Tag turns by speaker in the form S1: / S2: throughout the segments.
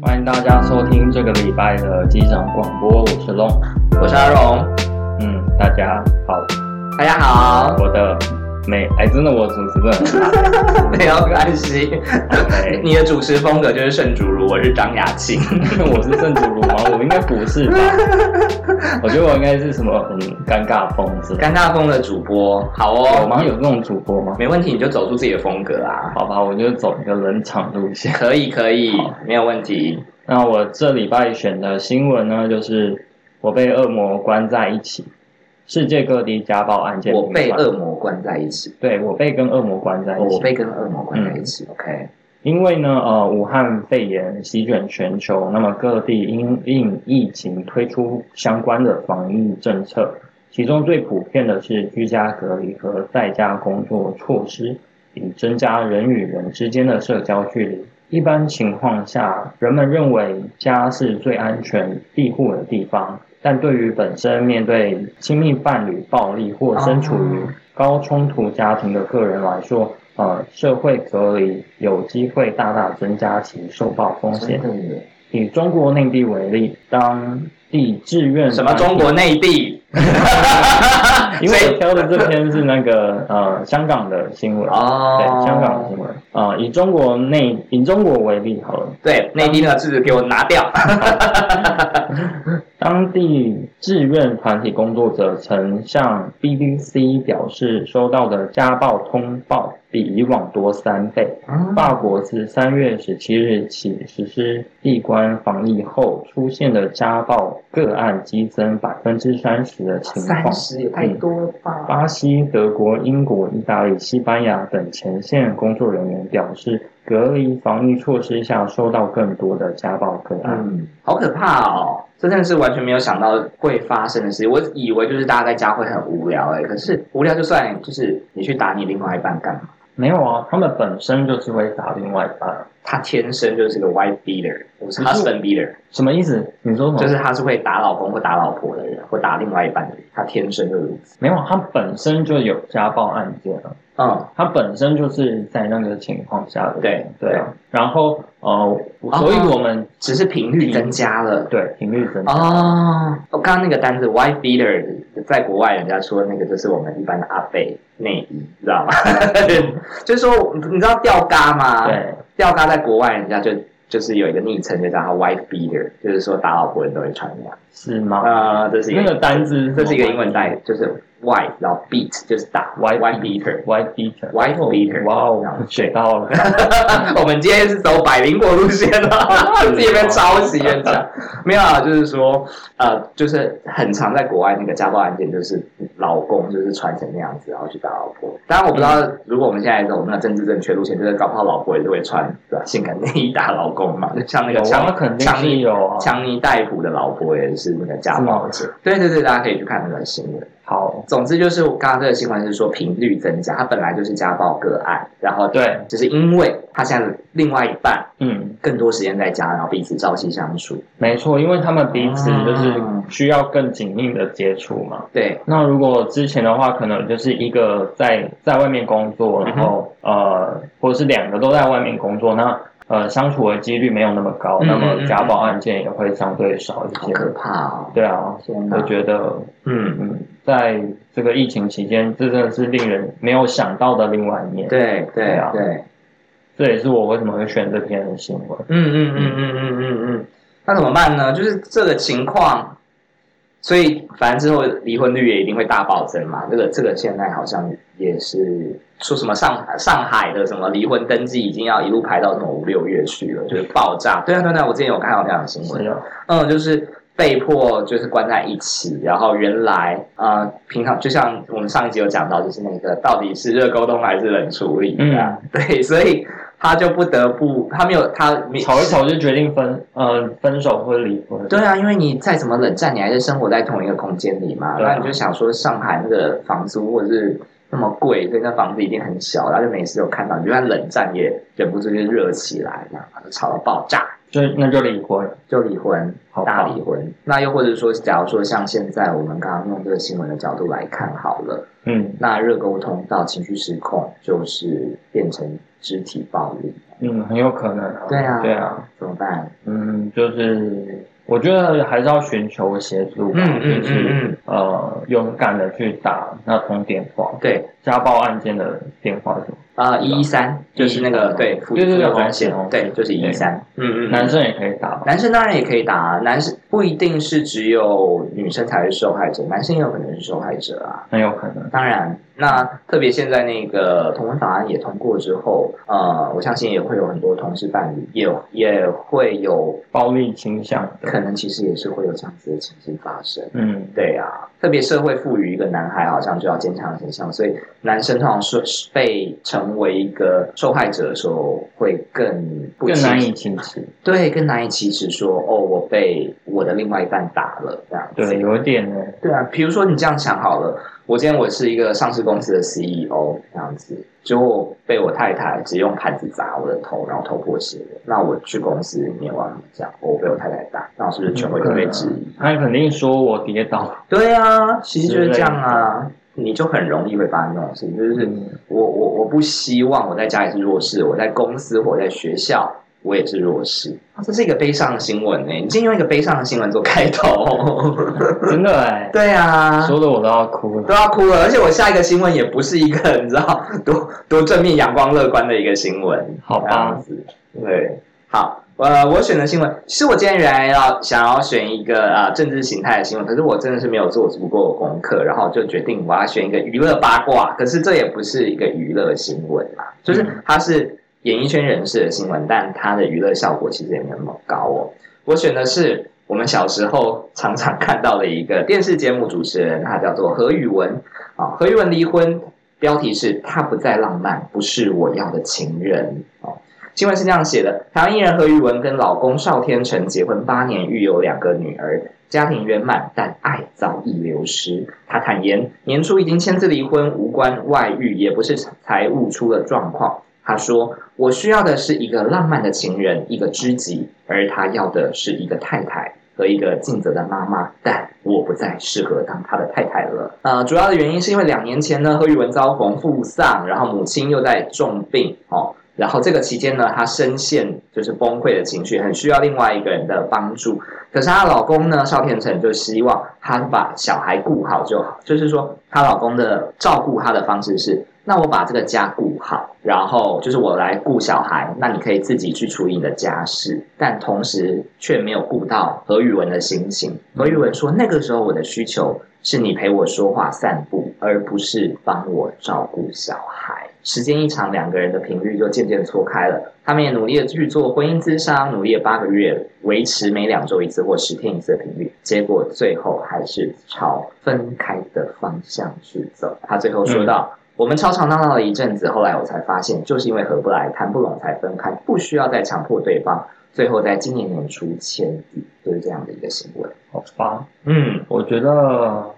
S1: 欢迎大家收听这个礼拜的机长广播，我是龙，
S2: 我是阿荣，
S1: 嗯，大家好，
S2: 大家好，
S1: 我的美，哎，真的我主持人很烂，
S2: 没有关系。
S1: 哎
S2: 你的主持风格就是盛竹如，我是张雅琴。
S1: 我是圣主鲁吗？我应该不是吧？我觉得我应该是什么很尴尬风之类
S2: 尴尬风的主播，好
S1: 的。有
S2: 哦，
S1: 吗？有这种主播吗？
S2: 没问题，你就走出自己的风格啊，
S1: 好吧，我就走一个冷场路线。
S2: 可以可以，没有问题。
S1: 那我这礼拜选的新闻呢，就是我被恶魔关在一起，世界各地家暴案件
S2: 我
S1: 频
S2: 被
S1: 传
S2: 恶魔关在一起，
S1: 对我被跟恶魔关在一
S2: 哦
S1: 起，
S2: 我被跟恶魔关在一起。OK，
S1: 因为呢，呃，武汉肺炎席卷全球，那么各地因应疫情推出相关的防疫政策，其中最普遍的是居家隔离和在家工作措施，以增加人与人之间的社交距离。一般情况下，人们认为家是最安全庇护的地方，但对于本身面对亲密伴侣暴力或身处于
S2: 哦
S1: 高冲突家庭的个人来说，呃，社会隔离有机会大大增加其受暴风险
S2: 真。的耶
S1: 以中国内地为例，当地志愿
S2: 什么中国内 地？
S1: 因为
S2: 所
S1: 我
S2: 以
S1: 挑的这篇是那个呃香港的新闻，
S2: 哦，
S1: 对香港的新闻啊、呃以中国内以中国为例好了，
S2: 对内地那个字给我拿掉。
S1: 当地志愿团体工作者曾向 BBC 表示，收到的家暴通报比以往多三倍。法国自三月十七日起实施闭关防疫后，出现的家暴个案激增百分之三十的情况。
S2: 三十也太多了吧？
S1: 巴西、德国、英国、意大利、西班牙等前线工作人员表示，隔离防疫措施下收到更多的家暴个案。
S2: 嗯，好可怕哦！这真的是完全没有想到会发生的事情。我以为就是大家在家会很无聊哎、可是无聊就算，就是你去打你另外一半干嘛？
S1: 没有啊，他们本身就是会打另外一半，
S2: 他天生就是个 wife beater，就是 husband beater，
S1: 什么意思？你说什么？
S2: 就是他是会打老公或打老婆的人，或打另外一半的人，他天生就如此。
S1: 没有啊，他本身就有家暴案件了。
S2: 嗯，
S1: 他本身就是在那个情况下的，
S2: 对
S1: 对啊。然后呃，
S2: 啊
S1: 所以我们
S2: 只是频率增加了。
S1: 对频率增加，
S2: 哦，我刚刚那个单字 wife beater，在国外人家说那个就是我们一般的阿贝内衣，知道吗？ 就是说，你知道吊嘎吗？
S1: 对，
S2: 吊嘎在国外人家就就是有一个昵称，就叫他 wife beater，就是说打老婆人都会穿那样。
S1: 是吗？
S2: 呃，这是一
S1: 那个
S2: 个
S1: 单字，
S2: 这是一个英文单，就是 wife，然后 beat 就是打
S1: Wife
S2: wife beater。
S1: ，white beater。
S2: Wife beater，
S1: 哇
S2: 然
S1: 哦
S2: 后，
S1: 学到了。
S2: 我们今天是走百灵果路线 的，自己被抄袭院长。没有啊，就是说，呃，就是很常在国外那个家暴案件，就是老公就是穿成那样子，然后去打老婆。当然我不知道，
S1: 嗯
S2: 如果我们现在走那个政治正确路线，就是搞不好老婆也是会穿对吧、性感内衣打老公嘛，就像那个
S1: 有
S2: 强
S1: 啊，肯定
S2: 强
S1: 是
S2: 尼
S1: 有啊。嗯
S2: 强尼戴普的老婆也是那个家暴者。对对对，大家可以去看那个新闻。
S1: 好，
S2: 总之就是我刚刚这个新闻是说频率增加，它本来就是家暴个案，然后
S1: 对，
S2: 只是因为他现在另外一半
S1: 嗯，
S2: 更多时间在家，然后彼此朝夕相处。
S1: 没错，因为他们彼此就是
S2: 嗯
S1: 需要更紧密的接触嘛。
S2: 对，
S1: 那如果之前的话，可能就是一个在在外面工作，然后、
S2: 嗯
S1: 呃，或者是两个都在外面工作，那呃相处的几率没有那么高，
S2: 嗯
S1: 那么家暴案件也会相对少一
S2: 好
S1: 些。
S2: 可怕哦！
S1: 对啊，
S2: 天哪
S1: 我，觉得
S2: 嗯，
S1: 嗯，在这个疫情期间，这真的是令人没有想到的另外一面。，
S2: 对
S1: 对
S2: 对
S1: 啊
S2: 对，
S1: 这也是我为什么会选这篇新闻。
S2: 嗯嗯嗯嗯嗯嗯嗯，那怎么办呢？就是这个情况，所以反正之后离婚率也一定会大暴增嘛。这个这个现在好像也是说什么上上海的什么离婚登记已经要一路排到什么五六月去了，就是爆炸。对啊对啊对啊，我之前有看到这样的新闻
S1: 是。啊，
S2: 嗯，就是被迫就是关在一起，然后原来呃，平常就像我们上一集有讲到，就是那个到底是热沟通还是冷处理啊？对，所以他就不得不他没有他没
S1: 吵一吵就决定分呃分手或离婚。
S2: 对啊，因为你再怎么冷战，你还是生活在同一个空间里嘛。
S1: 对啊
S2: 那你就想说，上海那个房租或者是那么贵，所以那房子一定很小，然后就每次有看到，你就算冷战也忍不住就热起来，然后就吵到爆炸。
S1: 就那就离婚。
S2: 就离婚
S1: 好，吧
S2: 大离婚。那又或者说，假如说像现在我们刚刚用这个新闻的角度来看好了，
S1: 嗯，
S2: 那热沟通到情绪失控，就是变成肢体暴力。
S1: 嗯，很有可能啊。
S2: 对啊
S1: 对啊，
S2: 怎么办？
S1: 嗯，就是我觉得还是要寻求协助吧，
S2: 嗯
S1: 就
S2: 嗯嗯
S1: 是
S2: 嗯，
S1: 呃勇敢的去打那通电话，
S2: 对，
S1: 家暴案件的电话是吗
S2: 呃，一一三就是那个
S1: 113
S2: 对辅
S1: 哦对对
S2: 助
S1: 对
S2: 专线
S1: 红，
S2: 对，就是一
S1: 对
S2: 一三。嗯嗯，
S1: 男生也可以打吧？
S2: 男生当然也可以打啊，男生不一定是只有女生才是受害者，男生也有可能是受害者啊。
S1: 很有可能。
S2: 当然，那特别现在那个同婚法案也通过之后，呃，我相信也会有很多同事伴侣，也有也会有
S1: 暴力倾向的，
S2: 可能，其实也是会有这样子的情形发生。
S1: 嗯，
S2: 对啊，特别社会赋予一个男孩好像就要坚强的形象，所以男生通常是是被成为一个受害者的时候，会更不
S1: 更
S2: 轻
S1: 难以启齿。
S2: 对，更难以启齿说哦，我被我的另外一半打了这样子。
S1: 对，有一点呢，
S2: 对啊，比如说你这样想好了，我今天我是一个上市公司的 CEO 这样子，结果被我太太只用盘子砸我的头，然后头破血流。那我去公司里面我要怎么讲？我被我太太打，那我是不是全部都
S1: 嗯
S2: 被质疑？
S1: 他肯定说我跌倒，
S2: 对啊，其实就是这样啊，你就很容易会发生这种事情。就是
S1: 嗯
S2: 我我我不希望我在家里是弱势，我在公司我在学校我也是弱势。啊这是一个悲伤的新闻欸呢、你竟然用一个悲伤的新闻做开 头，
S1: 真的哎，
S2: 对啊。
S1: 说的我都要哭了
S2: 都。要哭了，而且我下一个新闻也不是一个你知道多多正面、阳光、乐观的一个新闻，
S1: 好吧
S2: 这样子，对，好，呃，我选的新闻，其实我今天原来要想要选一个啊、呃政治形态的新闻，可是我真的是没有做足够的功课，然后就决定我要选一个娱乐八卦，可是这也不是一个娱乐新闻嘛，就是
S1: 嗯
S2: 它是演艺圈人士的新闻，但它的娱乐效果其实也没有那么高哦。我选的是我们小时候常常看到的一个电视节目主持人，他叫做何宇文啊。何宇文离婚，标题是“他不再浪漫，不是我要的情人”哦。新闻是这样写的：台湾艺人何宇文跟老公邵天成结婚八年，育有两个女儿，家庭圆满，但爱早已流失。他坦言，年初已经签字离婚，无关外遇，也不是财务出了状况。他说：“我需要的是一个浪漫的情人，一个知己，而他要的是一个太太和一个尽责的妈妈。但我不再适合当他的太太了。”呃，主要的原因是因为两年前呢，何宇文遭逢父丧，然后母亲又在重病哦。然后这个期间呢，她深陷就是崩溃的情绪，很需要另外一个人的帮助。可是她老公呢，邵天成就希望她把小孩顾好就好，就是说她老公的照顾她的方式是，那我把这个家顾好，然后就是我来顾小孩，那你可以自己去处理你的家事，但同时却没有顾到何宇文的心情。何宇文说，那个时候我的需求是你陪我说话、散步，而不是帮我照顾小孩。时间一长，两个人的频率就渐渐错开了。他们也努力的去做婚姻咨商，努力了八个月，维持每两周一次或十天一次的频率，结果最后还是朝分开的方向去走。他最后说到。我们吵吵闹闹了一阵子，后来我才发现，就是因为合不来、谈不拢才分开，不需要再强迫对方。最后在今年年初签字，就是这样的一个行为。
S1: 好吧，
S2: 嗯
S1: 我觉得，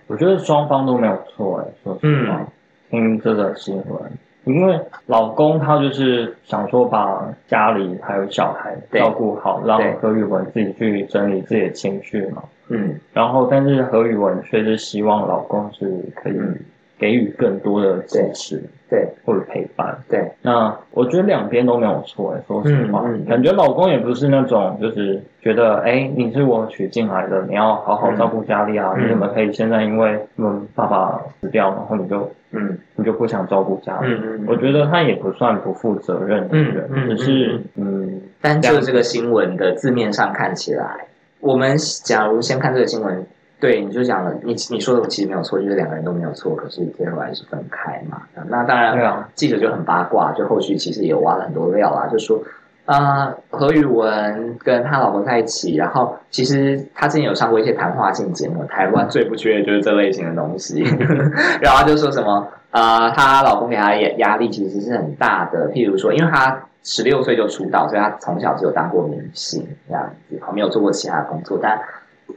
S1: 我觉得双方都没有错哎，说实
S2: 嗯
S1: 话，听这个新闻。因为老公他就是想说把家里还有小孩
S2: 对
S1: 照顾好，让
S2: 对
S1: 何宇文自己去整理自己的情绪嘛。
S2: 嗯，
S1: 然后，但是何宇文却是希望老公是可以
S2: 嗯
S1: 给予更多的支持
S2: 对
S1: 或者陪伴。
S2: 对，
S1: 那我觉得两边都没有错、欸，说实话，
S2: 嗯嗯
S1: 感觉老公也不是那种就是觉得，哎、你是我娶进来的，你要好好照顾家里啊，
S2: 嗯
S1: 你怎么可以现在因为嗯爸爸死掉，然后你就
S2: 嗯
S1: 你就不想照顾家里？
S2: 嗯
S1: 我觉得他也不算不负责任的人，
S2: 嗯嗯
S1: 只是嗯
S2: 单就这个新闻的字面上看起来，我们假如先看这个新闻，对，你就讲了，你你说的其实没有错，就是两个人都没有错，可是最后还是分开嘛。那当然，
S1: 对啊
S2: 记者就很八卦，就后续其实也挖了很多料啊，就说。啊、何宇文跟她老婆在一起，然后其实她之前有上过一些谈话性节目，台湾最不缺的就是这类型的东西。 然后她就说什么啊，她、老公给她的压压力其实是很大的，譬如说，因为她十六岁就出道，所以她从小只有当过明星这样子，没有做过其他工作，但。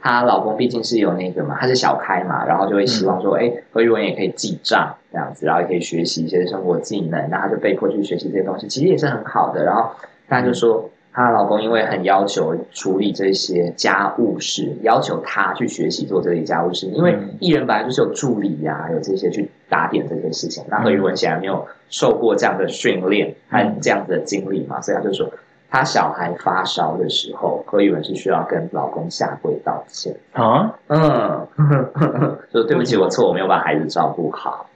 S2: 她老公毕竟是有那个嘛，他是小开嘛，然后就会希望说，哎、何宇文也可以记账这样子，然后也可以学习一些生活技能，那他就被迫去学习这些东西，其实也是很好的。然后他就说，她老公因为很要求处理这些家务事，要求她去学习做这些家务事，因为
S1: 嗯
S2: 艺人本来就是有助理呀、有这些去打点这些事情。那何宇文显然没有受过这样的训练和这样子的经历嘛，所以他就说，他小孩发烧的时候，何宇文是需要跟老公下跪道歉。
S1: 啊，
S2: 嗯， 说对不起，我错，我没有把孩子照顾好。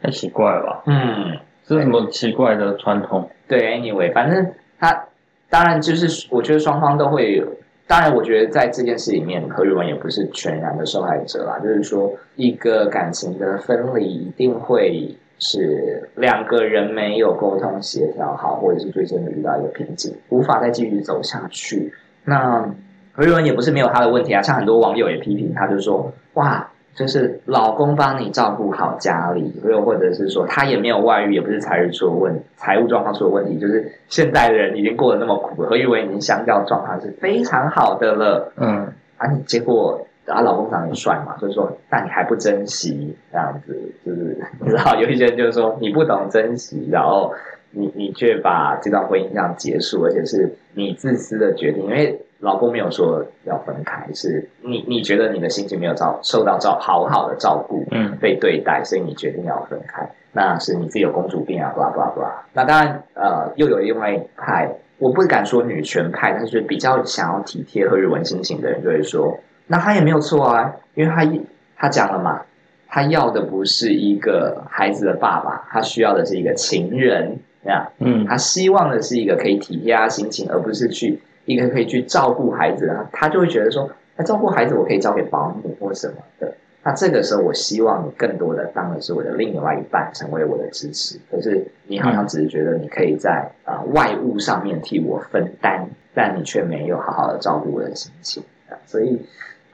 S1: 太奇怪了吧？
S2: 嗯，
S1: 这是什么奇怪的传统？
S2: 对，anyway，反正他当然就是，我觉得双方都会有。当然，我觉得在这件事里面，何宇文也不是全然的受害者啦。就是说，一个感情的分离一定会是两个人没有沟通协调好，或者是最真的遇到一个瓶颈，无法再继续走下去。那何宇文也不是没有他的问题啊，像很多网友也批评他，就说哇，就是老公帮你照顾好家里，又或者是说他也没有外遇，也不是财务出了问财务状况出了问题，就是现代人已经过得那么苦了，何宇文已经相较状况是非常好的了
S1: 嗯，
S2: 啊，你结果。啊，老公长得帅嘛，就是说，那你还不珍惜，这样子就是， 你知道，有一些人就是说你不懂珍惜，然后你你却把这段婚姻这样结束，而且是你自私的决定，因为老公没有说要分开，是你你觉得你的心情没有照受到照好好的照顾，
S1: 嗯
S2: 被对待，所以你决定要分开，那是你自己有公主病啊，blah blah blah。那当然，呃，又有另外一派，我不敢说女权派，但是比较想要体贴和日文心情的人就会说，那他也没有错啊，因为他他讲了嘛，他要的不是一个孩子的爸爸，他需要的是一个情人，这样。
S1: 嗯
S2: 他希望的是一个可以体贴他心情，而不是去一个可以去照顾孩子的，他就会觉得说，那照顾孩子我可以交给保姆或什么的。那这个时候，我希望你更多的当的是我的另外一半，成为我的支持。可是你好像只是觉得你可以在啊、呃外物上面替我分担，但你却没有好好的照顾我的心情。啊所以，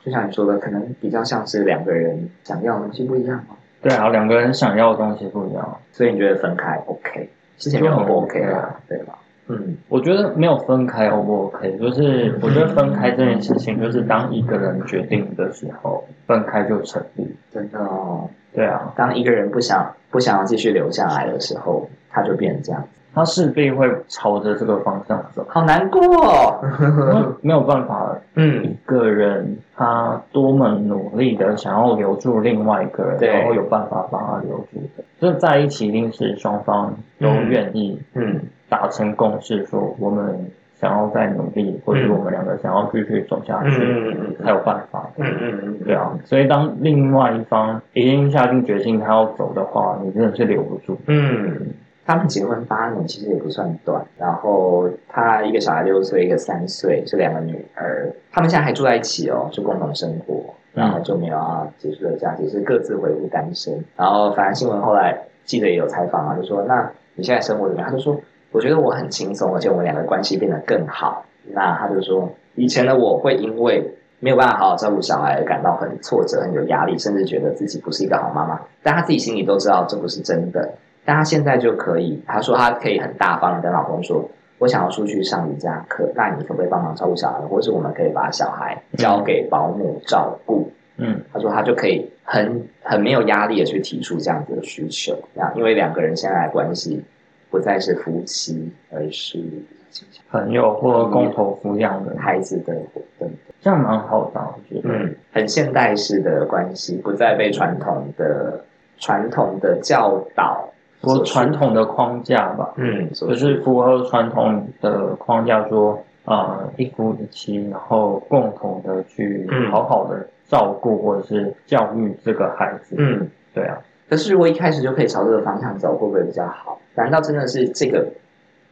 S2: 就像你说的，可能比较像是两个人想要的东西不一样嘛。
S1: 对啊，两个人想要的东西不一样。
S2: 所以你觉得分开 OK？之前没有不 OK 啊，对吧？嗯，
S1: 我觉得没有分开 O 不 OK？就是我觉得分开这件事情，就是当一个人决定的时候，分开就成立。
S2: 真的哦。
S1: 对啊，
S2: 当一个人不想不想要继续留下来的时候，他就变成这样，
S1: 他势必会朝着这个方向走，
S2: 好难过、哦。
S1: 因为没有办法，
S2: 嗯
S1: 一，个人他多么努力的想要留住另外一个人，
S2: 对
S1: 然后有办法把他留住的，这在一起一定是双方都愿意
S2: 嗯
S1: 达成共识，说我们想要再努力，或者我们两个想要继续走下
S2: 嗯
S1: 去，
S2: 嗯
S1: 才有办法。
S2: 嗯嗯嗯，
S1: 对啊，所以当另外一方已经下定决心他要走的话，你真的是留不住。
S2: 嗯，他们结婚八年其实也不算短，然后他一个小孩六岁，一个三岁，是两个女儿，他们现在还住在一起哦，就共同生活，然后就没有要结束的假期，是各自恢复单身。然后反正新闻后来记者也有采访啊，就说那你现在生活怎么样？他就说我觉得我很轻松，而且我们两个关系变得更好。那他就说以前的我会因为没有办法好好照顾小孩而感到很挫折、很有压力，甚至觉得自己不是一个好妈妈。但她自己心里都知道这不是真的。但她现在就可以，她说她可以很大方的跟老公说，我想要出去上瑜伽课，那你可不可以帮忙照顾小孩，或是我们可以把小孩交给保姆照顾？
S1: 嗯
S2: 他说他就可以很很没有压力的去提出这样子的需求，这样因为两个人现在的关系不再是夫妻，而是
S1: 朋友或共同抚养人，
S2: 孩子的伙伴，
S1: 这样蛮好的啊，我觉得。
S2: 嗯，很现代式的关系，不再被传统的传统的教导所
S1: 说
S2: 束缚
S1: 传，统的框架吧，
S2: 嗯，所
S1: 就
S2: 束缚
S1: 是符合传统的框架说，呃，一夫一妻，然后共同的去
S2: 嗯
S1: 好好的照顾或者是教育这个孩子。，
S2: 嗯。
S1: 对啊，
S2: 可是如果一开始就可以朝这个方向走，会不会比较好？难道真的是这个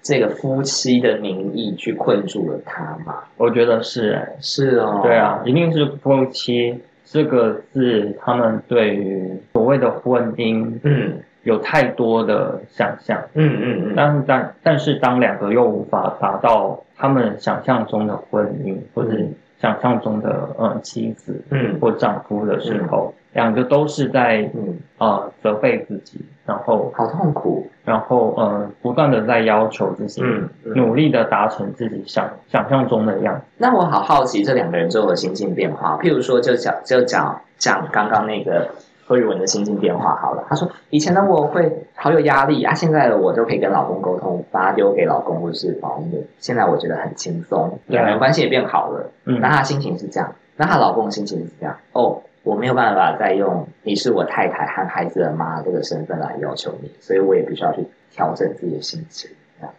S2: 这个夫妻的名义去困住了他吗？
S1: 我觉得是、欸，
S2: 是哦，
S1: 对啊，，一定是夫妻这个字，他们对于所谓的婚姻
S2: 嗯
S1: 有太多的想象，
S2: 嗯嗯嗯，
S1: 但但但是当两个又无法达到他们想象中的婚姻，或是
S2: 嗯
S1: 想象中的呃妻子
S2: 嗯
S1: 或丈夫的时候，两个都是在
S2: 嗯，
S1: 呃责备自己，然后
S2: 好痛苦，
S1: 然后呃不断的在要求自己，
S2: 嗯嗯。
S1: 努力的达成自己想想象中的样子。
S2: 那我好好奇这两个人之后的心境变化，譬如说就讲就讲讲刚刚那个何宇文的心境变化好了。他说以前的我会好有压力啊，现在的我都可以跟老公沟通，把它丢给老公或是保姆。现在我觉得很轻松，
S1: 对啊
S2: 两人关系也变好了。
S1: 嗯
S2: 那她心情是这样，那她老公的心情是这样。哦，我没有办法再用你是我太太和孩子的妈这个身份来要求你，所以我也必须要去调整自己的心情。这样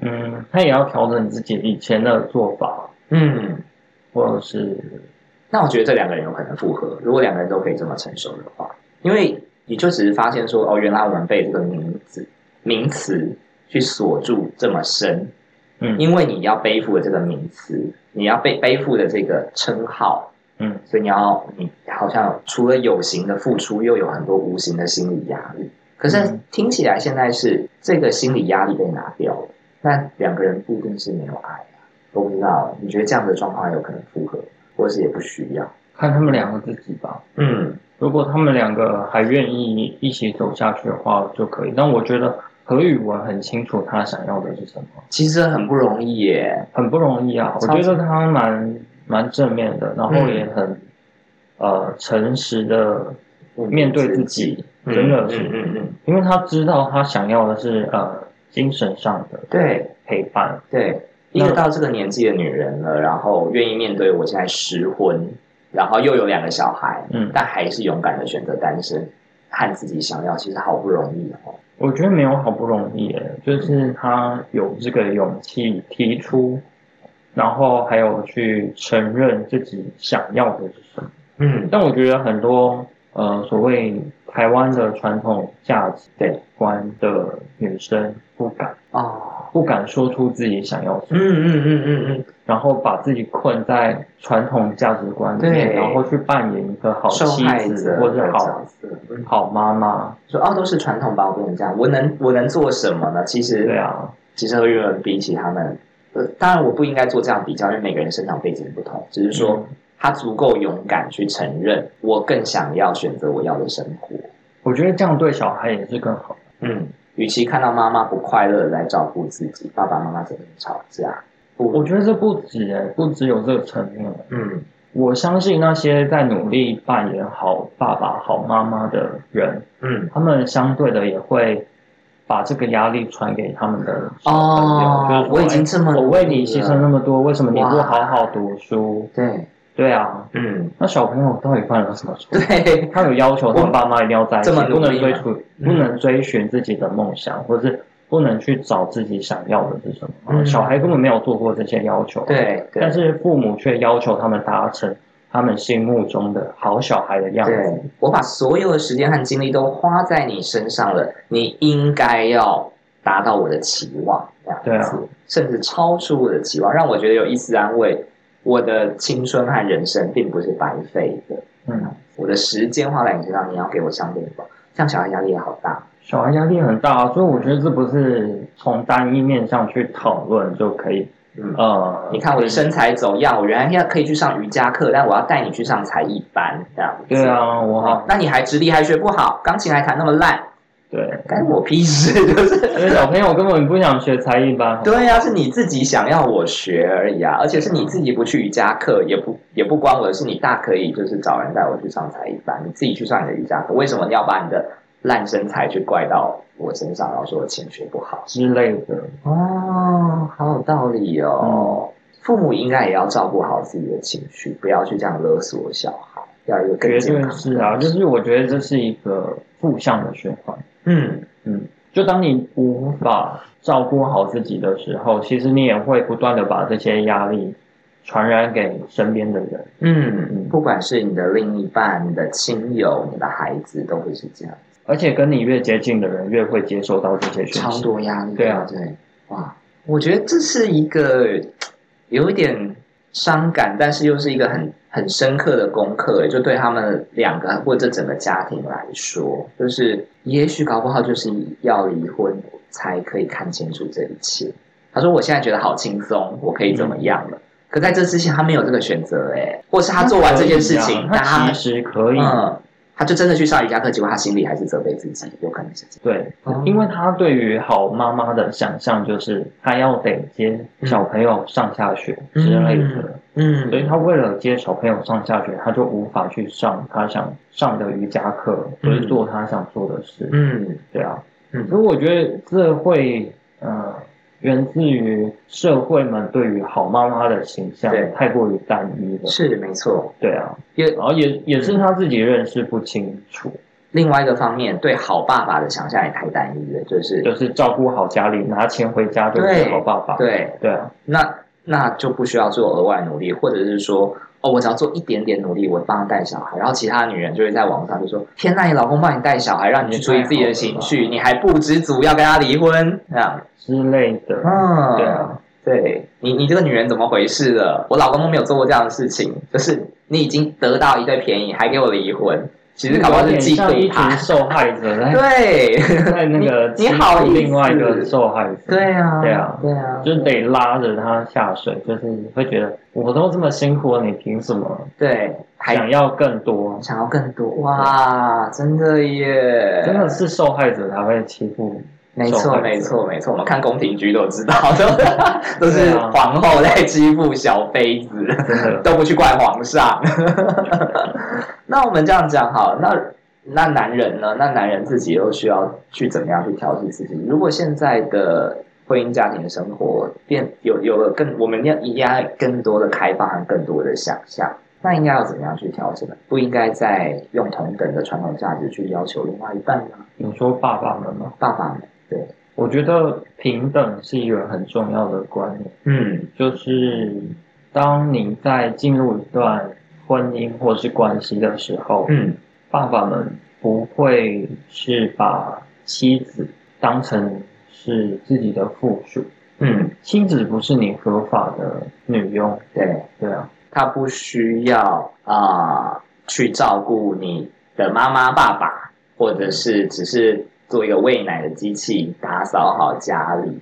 S1: 嗯，他也要调整自己以前的做法，
S2: 嗯，
S1: 或者是
S2: 那我觉得这两个人有可能复合，如果两个人都可以这么成熟的话，因为你就只是发现说，哦，原来我们被这个名字名词去锁住这么深，
S1: 嗯
S2: 因为你要背负的这个名词，你要被背负的这个称号，
S1: 嗯，
S2: 所以你要你好像除了有形的付出，又有很多无形的心理压力。可是
S1: 嗯
S2: 听起来现在是这个心理压力被拿掉了，那两个人不一定是没有爱啊，我不知道，你觉得这样的状况有可能复合吗，或是也不需要？
S1: 看他们两个自己吧。
S2: 嗯
S1: 如果他们两个还愿意一起走下去的话，就可以。但我觉得何宇文很清楚他想要的是什么，，
S2: 其实很不容易耶。
S1: 很不容易啊。我
S2: 超级
S1: 觉得他蛮蛮正面的，然后
S2: 嗯
S1: 也很、呃诚实的面对自己，
S2: 嗯
S1: 真的是，
S2: 嗯嗯嗯，
S1: 因为他知道他想要的是呃精神上的
S2: 对
S1: 陪伴，
S2: 对，一个到这个年纪的女人了，然后愿意面对我现在失婚，然后又有两个小孩，
S1: 嗯，
S2: 但还是勇敢的选择单身，和自己想要，其实好不容易哦。
S1: 我觉得没有好不容易耶，就是他有这个勇气提出，然后还有去承认自己想要的是什么。
S2: 嗯，
S1: 但我觉得很多呃所谓台湾的传统价值
S2: 对
S1: 观的女生不敢
S2: 哦，
S1: 不敢说出自己想要什
S2: 嗯
S1: 么，
S2: 嗯嗯嗯
S1: 然后把自己困在传统价值观里面，
S2: 对
S1: 然后去扮演一个好
S2: 嗯，受
S1: 妻
S2: 害
S1: 子
S2: 者
S1: 或者
S2: 的
S1: 好
S2: 角色，嗯
S1: 好妈妈。
S2: 说哦，都是传统把我变成这样，我能我能做什么呢？其实
S1: 对啊，
S2: 其实和日本比起他们，呃，当然我不应该做这样比较，因为每个人生长背景不同。只是说
S1: 嗯
S2: 他足够勇敢去承认，我更想要选择我要的生活。
S1: 我觉得这样对小孩也是更好。
S2: 嗯，与其看到妈妈不快乐地来照顾自己，爸爸妈妈整天吵架，
S1: 我
S2: 不，
S1: 觉得这不止哎，不只有这个层面。
S2: 嗯
S1: 我相信那些在努力扮演好爸爸、好妈妈的人，
S2: 嗯，
S1: 他们相对的也会把这个压力传给他们的小朋友
S2: 哦
S1: 就，是说
S2: 我已经这么
S1: 哎我为你牺牲那么多，为什么你不
S2: 哇
S1: 好好读书？
S2: 对，
S1: 对啊，
S2: 嗯
S1: 那小朋友到底犯了什么 错？
S2: 对，
S1: 他有要求，他爸妈一定要在一起
S2: 这么，努
S1: 不能
S2: 力
S1: 追
S2: 吗
S1: 逐，
S2: 嗯
S1: 不能追寻自己的梦想，或是不能去找自己想要的是什么。
S2: 嗯
S1: 小孩根本没有做过这些要求，，
S2: 对对，
S1: 但是父母却要求他们达成他们心目中的好小孩的样子。
S2: 对我把所有的时间和精力都花在你身上了，你应该要达到我的期望，这样子，
S1: 对啊
S2: 甚至超出我的期望，让我觉得有一丝安慰。我的青春和人生并不是白费的，
S1: 嗯，
S2: 我的时间花在你身上，你要给我相对的报，这样小孩压力也好大。
S1: 小孩压力很大，所以我觉得这不是从单一面上去讨论就可以。
S2: 嗯，
S1: 呃，
S2: 你看我的身材走样，我原来要可以去上瑜伽课，但我要带你去上才艺班，这样子。
S1: 对，啊，我好
S2: 哦，那你还直立还学不好，钢琴还弹那么烂，
S1: 对，
S2: 干我屁事， 就是。
S1: 因为小朋友根本不想学才艺班。
S2: 对呀、是你自己想要我学而已啊，而且是你自己不去瑜伽课，也不也不关我的事，你大可以就是找人带我去上才艺班，你自己去上你的瑜伽课，为什么你要把你的烂身材去怪到我身上，然后说我钱学不好？
S1: 之类的，
S2: 哦，好有道理
S1: 嗯
S2: 哦。父母应该也要照顾好自己的情绪，不要去这样勒索小孩，要有一个更
S1: 绝
S2: 健
S1: 对
S2: 康。
S1: 是啊，就是我觉得这是一个负向的循环。
S2: 嗯，
S1: 嗯，就当你无法照顾好自己的时候，其实你也会不断的把这些压力传染给身边的人。
S2: 嗯，不管是你的另一半、你的亲友、你的孩子，都会是这样。
S1: 而且跟你越接近的人，越会接收到这些讯
S2: 超
S1: 息。
S2: 多压力，
S1: 对啊
S2: 对，哇，我觉得这是一个有一点伤感，但是又是一个很很深刻的功课，欸就对他们两个或者整个家庭来说，就是也许搞不好就是要离婚才可以看清楚这一切。他说：“我现在觉得好轻松，我可以怎么
S1: 嗯
S2: 样了？”可欸在这之前，他没有这个选择，哎，或是他做完这件事情，
S1: 他其
S2: 但
S1: 实可以，
S2: 嗯，他就真的去上瑜伽课，结果他心里还是责备自己，有可能是这样。
S1: 对，
S2: 哦
S1: 因为他对于好妈妈的想象就是她要得接小朋友上下学之类的，
S2: 嗯
S1: 所以他为了接小朋友上下学，他就无法去上他想上的瑜伽课，
S2: 嗯
S1: 所以做他想做的事。
S2: 嗯
S1: 对啊，
S2: 嗯
S1: 所以我觉得这会呃源自于社会们对于好妈妈的形象
S2: 对
S1: 太过于单一了。
S2: 是没错，
S1: 对啊，
S2: 因为
S1: 然后也也是他自己认识不清楚，
S2: 另外一个方面，对好爸爸的想象也太单一了，就是
S1: 就是照顾好家里，拿钱回家就是
S2: 对
S1: 好爸爸。
S2: 对，
S1: 对啊，
S2: 那那就不需要做额外努力，或者是说，哦，我只要做一点点努力，我帮他带小孩，然后其他女人就会在网上就说：天呐，你老公帮你带小孩，让你去处理自己的情绪，你还不知足，要跟他离婚，这样，
S1: 之类的。
S2: 嗯，
S1: 对啊，
S2: 对你，你这个女人怎么回事了？我老公都没有做过这样的事情，就是你已经得到一堆便宜，还给我离婚，其实搞不好
S1: 有
S2: 是
S1: 点
S2: 嫉
S1: 像一群
S2: 妒他。
S1: 受害者在
S2: 对，
S1: 在那个
S2: 你你好
S1: 欺
S2: 意
S1: 负
S2: 思
S1: 另外一个受害者。
S2: 对啊，
S1: 对啊
S2: 对啊，
S1: 就是得拉着他下水，就是会觉得我都这么辛苦了，你凭什么
S2: 对，还
S1: 想要更多？
S2: 想要更多哇，真的耶，
S1: 真的是受害者才会欺负
S2: 没
S1: 受
S2: 错
S1: 害者
S2: 没错没错，我们看宫廷剧都知道，都
S1: 对
S2: 都是
S1: 啊
S2: 皇后在欺负小妃子，
S1: 真的。
S2: 都不去怪皇上。 那我们这样讲好，那那男人呢？那男人自己又需要去怎么样去调试自己？如果现在的婚姻家庭生活变有有了更，我们要应该更多的开放和更多的想象。那应该要怎么样去调整呢？不应该再用同等的传统价值去要求另外一半吗？
S1: 你说爸爸们吗？
S2: 爸爸们，
S1: 我觉得平等是一个很重要的观念，
S2: 嗯
S1: 就是当你在进入一段婚姻或是关系的时候，
S2: 嗯
S1: 爸爸们不会是把妻子当成是自己的附属，
S2: 嗯，
S1: 妻子不是你合法的女佣，
S2: 对。
S1: 对啊，
S2: 他不需要啊、去照顾你的妈妈、爸爸，或者是只是做一个喂奶的机器，打扫好家里。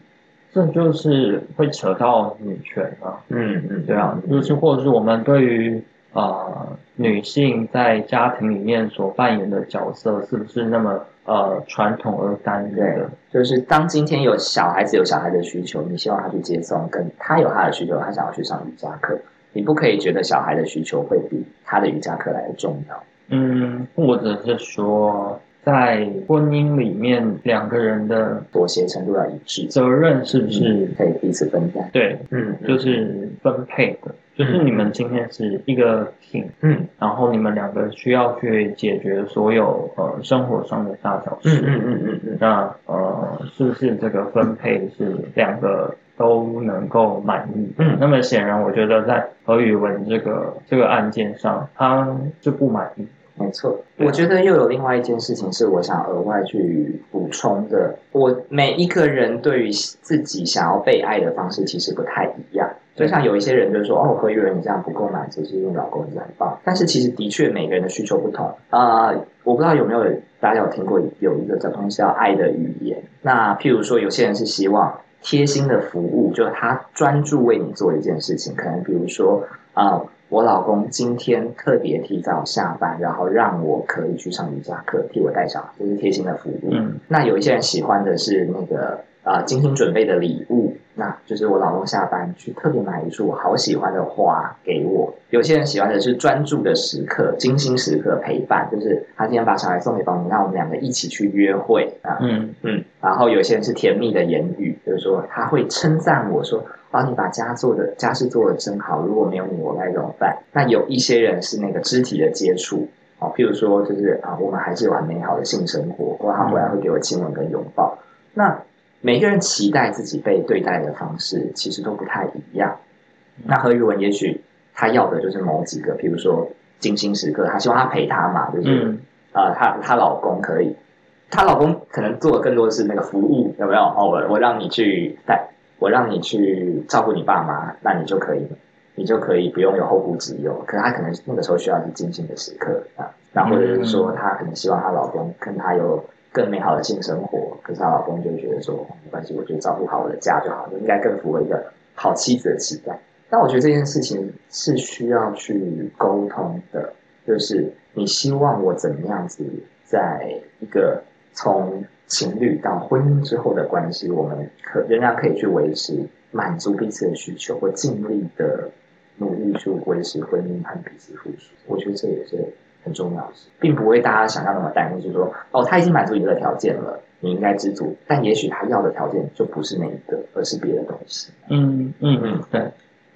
S1: 这就是会扯到女权啊，
S2: 嗯嗯，
S1: 对啊，就是或者是我们对于呃女性在家庭里面所扮演的角色，是不是那么呃传统而单一的？
S2: 就是当今天有小孩子有小孩的需求，你希望他去接送，跟他有他的需求，他想要去上瑜伽课，你不可以觉得小孩的需求会比他的瑜伽课来的重要。
S1: 嗯，或者是说在婚姻里面两个人的
S2: 妥协程度要一致，
S1: 责任是不是、
S2: 可以彼此分担。
S1: 对，
S2: 嗯
S1: 就是分配的，就是你们今天是一个 team，
S2: 嗯
S1: 然后你们两个需要去解决所有呃生活上的大小
S2: 嗯
S1: 事。
S2: 嗯嗯嗯嗯，
S1: 那呃，是不是这个分配是两个都能够满意？
S2: 嗯
S1: 那么显然，我觉得在何宇文这个这个案件上，他是不满意。
S2: 没错，
S1: 对啊
S2: 我觉得又有另外一件事情是我想额外去补充的。我每一个人对于自己想要被爱的方式其实不太一样。就
S1: 对
S2: 像有一些人就说：“哦，何玉人你这样不够满足，是因为老公你很棒。”但是其实的确每个人的需求不同。呃，我不知道有没有大家有听过有一个叫东西叫爱的语言。那譬如说，有些人是希望贴心的服务，就是他专注为你做一件事情，可能比如说啊、我老公今天特别提早下班，然后让我可以去上瑜伽课，替我带小孩，这是贴心的服务。
S1: 嗯，
S2: 那有一些人喜欢的是那个啊、呃精心准备的礼物，那就是我老公下班去特别买一束我好喜欢的花给我。有些人喜欢的是专注的时刻，精心时刻陪伴，就是他今天把小孩送给保姆，让我们两个一起去约会啊。
S1: 嗯，
S2: 嗯，然后有些人是甜蜜的言语，就是说他会称赞我说：“啊，你把家做的家事做的真好，如果没有你，我该怎么办？”那有一些人是那个肢体的接触，哦，譬如说就是啊，我们还是有很美好的性生活，或他回来会给我亲吻跟拥抱。那每个人期待自己被对待的方式其实都不太一样。那何宇文也许他要的就是某几个，譬如说精心时刻，他希望他陪他嘛，就是、
S1: 嗯，
S2: 啊，她她老公可以，她老公可能做的更多的是那个服务，有没有？哦，我我让你去带，我让你去照顾你爸妈，那你就可以，你就可以不用有后顾之忧。可是她可能那个时候需要是精心的时刻啊，那或者是说她可能希望她老公跟她有更美好的性生活，可是她老公就觉得说哦没关系，我就照顾好我的家就好，你应该更符合一个好妻子的期待。但我觉得这件事情是需要去沟通的，就是你希望我怎么样子，在一个从情侣到婚姻之后的关系，我们可仍然可以去维持满足彼此的需求，或尽力的努力去维持婚姻和彼此付出。我觉得这也是很重要的事，并不会大家想象那么单一，就是说哦，他已经满足你的条件了，你应该知足。但也许他要的条件就不是那一个，而是别的东西。
S1: 嗯嗯嗯，对，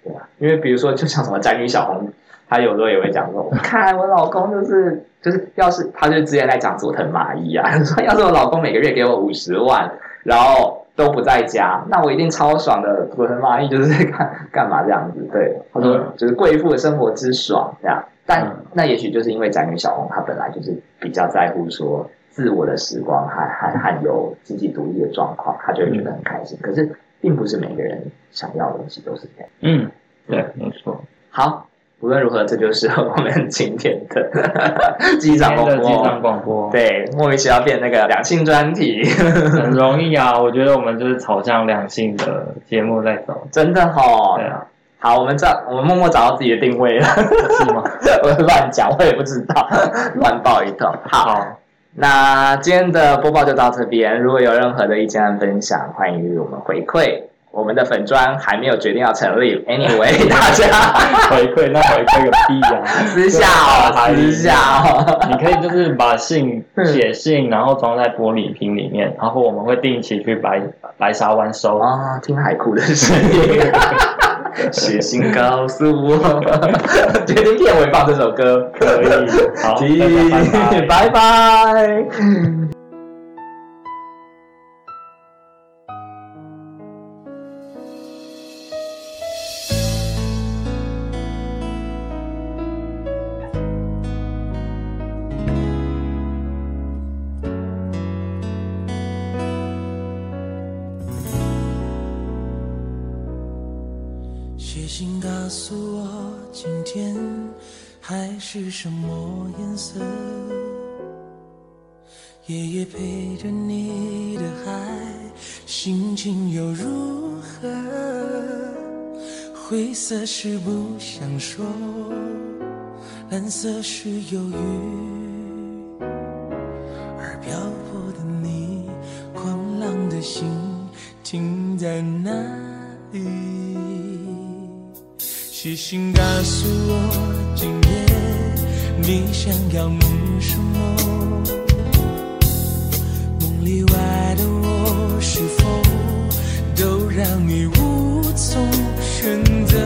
S2: 对吧？因为比如说，就像什么宅女小红，她有时候也会 讲说，看我老公就是就是，要是她就之前在讲佐藤麻衣啊， 说要是我老公每个月给我五十万，然后都不在家，那我一定超爽的。佐藤麻衣就是在干干嘛这样子？对，她说
S1: 嗯
S2: 就是贵妇的生活之爽这样。但
S1: 嗯
S2: 那也许就是因为宅女小红，她本来就是比较在乎说自我的时光，还还还有自己独立的状况，她就会觉得很开心。可是并不是每个人想要的东西都是这样。
S1: 嗯对，没错。
S2: 好，无论如何，这就是 我们今天的 机
S1: 今
S2: 长
S1: 天
S2: 广
S1: 的机场
S2: 播。
S1: 广播，
S2: 哦对，莫名其妙变那个两性专题，
S1: 很容易啊。我觉得我们就是朝向两性的节目在走。
S2: 真的哈、
S1: 对啊，
S2: 好，我们找，我们默默找到自己的定位了。
S1: 是吗？
S2: 我乱讲，我也不知道， 乱报一通。好，
S1: 好，
S2: 那今天的播报就到这边。如果有任何的意见和分享，欢迎与我们回馈。我们的粉砖还没有决定要成立，anyway，大 家
S1: 回馈那回馈个屁啊呀、
S2: 私 下哦，私下哦。
S1: 你可以就是把信写信，然后装在玻璃瓶里面，然后我们会定期去白白沙湾收。
S2: 啊，听海哭的声音。 写信告诉我， 决定片尾放这首歌。
S1: 可以， 好，大
S2: 停
S1: 家拜拜。
S2: 拜拜。
S3: 写信告诉我今天海是什么颜色。夜夜陪着你的海，心情又如何？灰色是不想说，蓝色是忧郁，而漂泊的你，狂浪的心停在哪里？写信告诉我，今夜你想要梦什么？梦里外的我是否都让你无从选择？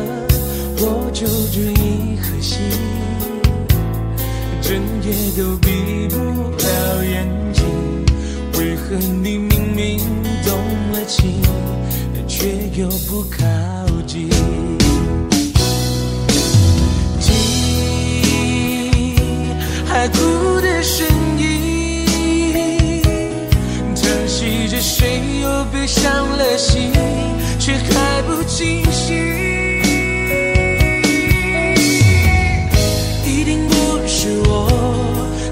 S3: 我就这一颗心，整夜都闭不了眼睛。为何你明明动了情，却又不靠近？听海哭的声音，叹息着谁又被伤了心，却还不清醒。一定不是我，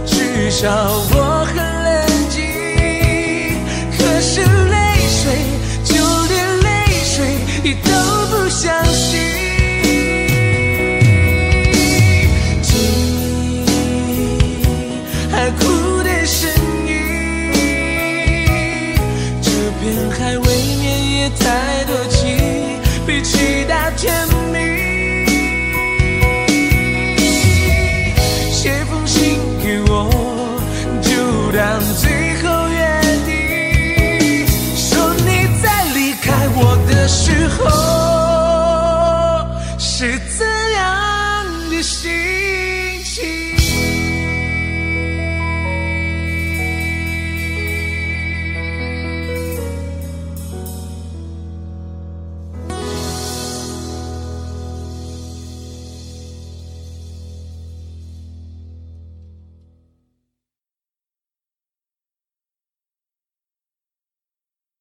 S3: 至少我